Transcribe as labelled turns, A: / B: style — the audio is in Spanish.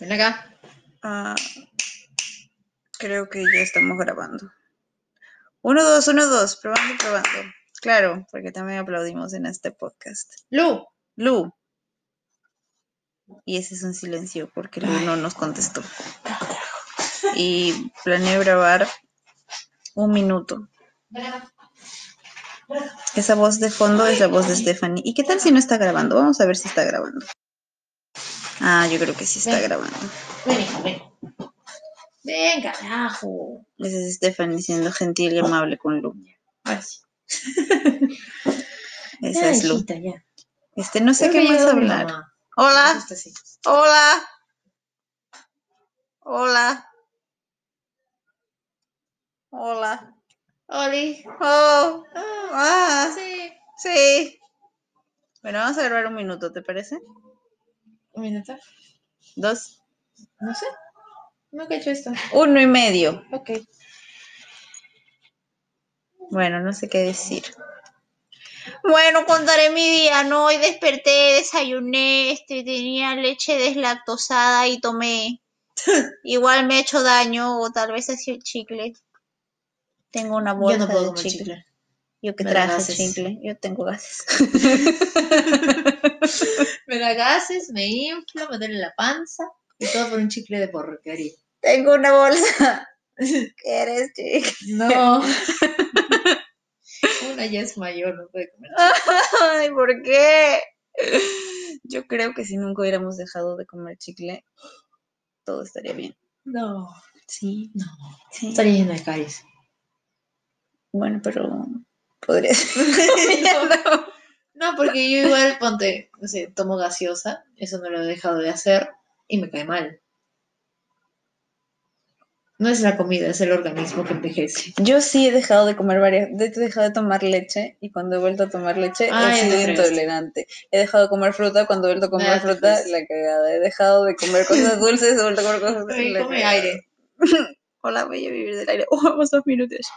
A: Ven acá.
B: Ah, creo que ya estamos grabando. Uno, dos, uno, dos, probando, probando. Claro, porque también aplaudimos en este podcast.
A: Lu.
B: Lu. Y ese es un silencio porque Lu no nos contestó. Y planeé grabar un minuto.
A: Ven acá.
B: Esa voz de fondo es la voz de Stephanie. ¿Y qué tal si no está grabando? Vamos a ver si está grabando. Ah, yo creo que sí está
A: Ven.
B: grabando.
A: Ven, hija, ven. Ven, carajo.
B: Esa es Stephanie siendo gentil y amable con Lu.
A: Ahora sí.
B: Esa
A: Ya,
B: es Lu.
A: hijita, ya.
B: Este, no sé
A: Creo que
B: qué más
A: llegó mi
B: hablar.
A: mamá. Me
B: Hola,
A: gusta así.
B: hola. Hola. Hola.
A: Oli.
B: Oh,
A: Ah,
B: ah,
A: sí.
B: sí. Bueno, vamos a grabar un minuto, ¿te parece?
A: Un minuto.
B: Dos,
A: No sé. Nunca he hecho esto.
B: uno y medio.
A: Ok.
B: Bueno, no sé qué decir. Bueno, contaré mi día, ¿no? Hoy desperté, desayuné, este, tenía leche deslactosada y tomé. Igual me he hecho daño o tal vez ha sido el chicle. Tengo una bolsa
A: Yo no puedo
B: de
A: comer
B: chicle.
A: chicle.
B: Yo que
A: Me da
B: traje
A: gases.
B: chicle, yo tengo gases.
A: Me da gases, me inflo, me duele la panza. Y todo por un chicle de porquería.
B: tengo una bolsa. ¿Quieres chicle?
A: No. Una ya es mayor, no puede comer.
B: Ay, ¿por qué? Yo creo que si nunca hubiéramos dejado de comer chicle, todo estaría bien.
A: No.
B: Sí,
A: No.
B: sí.
A: Estaría lleno de caries.
B: Bueno, pero podría ser.
A: No, porque yo igual, ponte, no sé, tomo gaseosa, eso no lo he dejado de hacer y me cae mal. No es la comida, es el organismo que envejece.
B: Yo sí he dejado de comer varias, de- he dejado de tomar leche y cuando he vuelto a tomar leche
A: Ah,
B: he
A: ya
B: sido
A: te fregaste.
B: intolerante. He dejado de comer fruta, cuando he vuelto a comer
A: Ah, te
B: fruta,
A: fregaste.
B: la cagada. He dejado de comer cosas dulces, he vuelto a comer cosas
A: Ay,
B: la
A: come
B: cagada.
A: aire.
B: Hola, voy a vivir del aire. Oh, vamos dos minutos.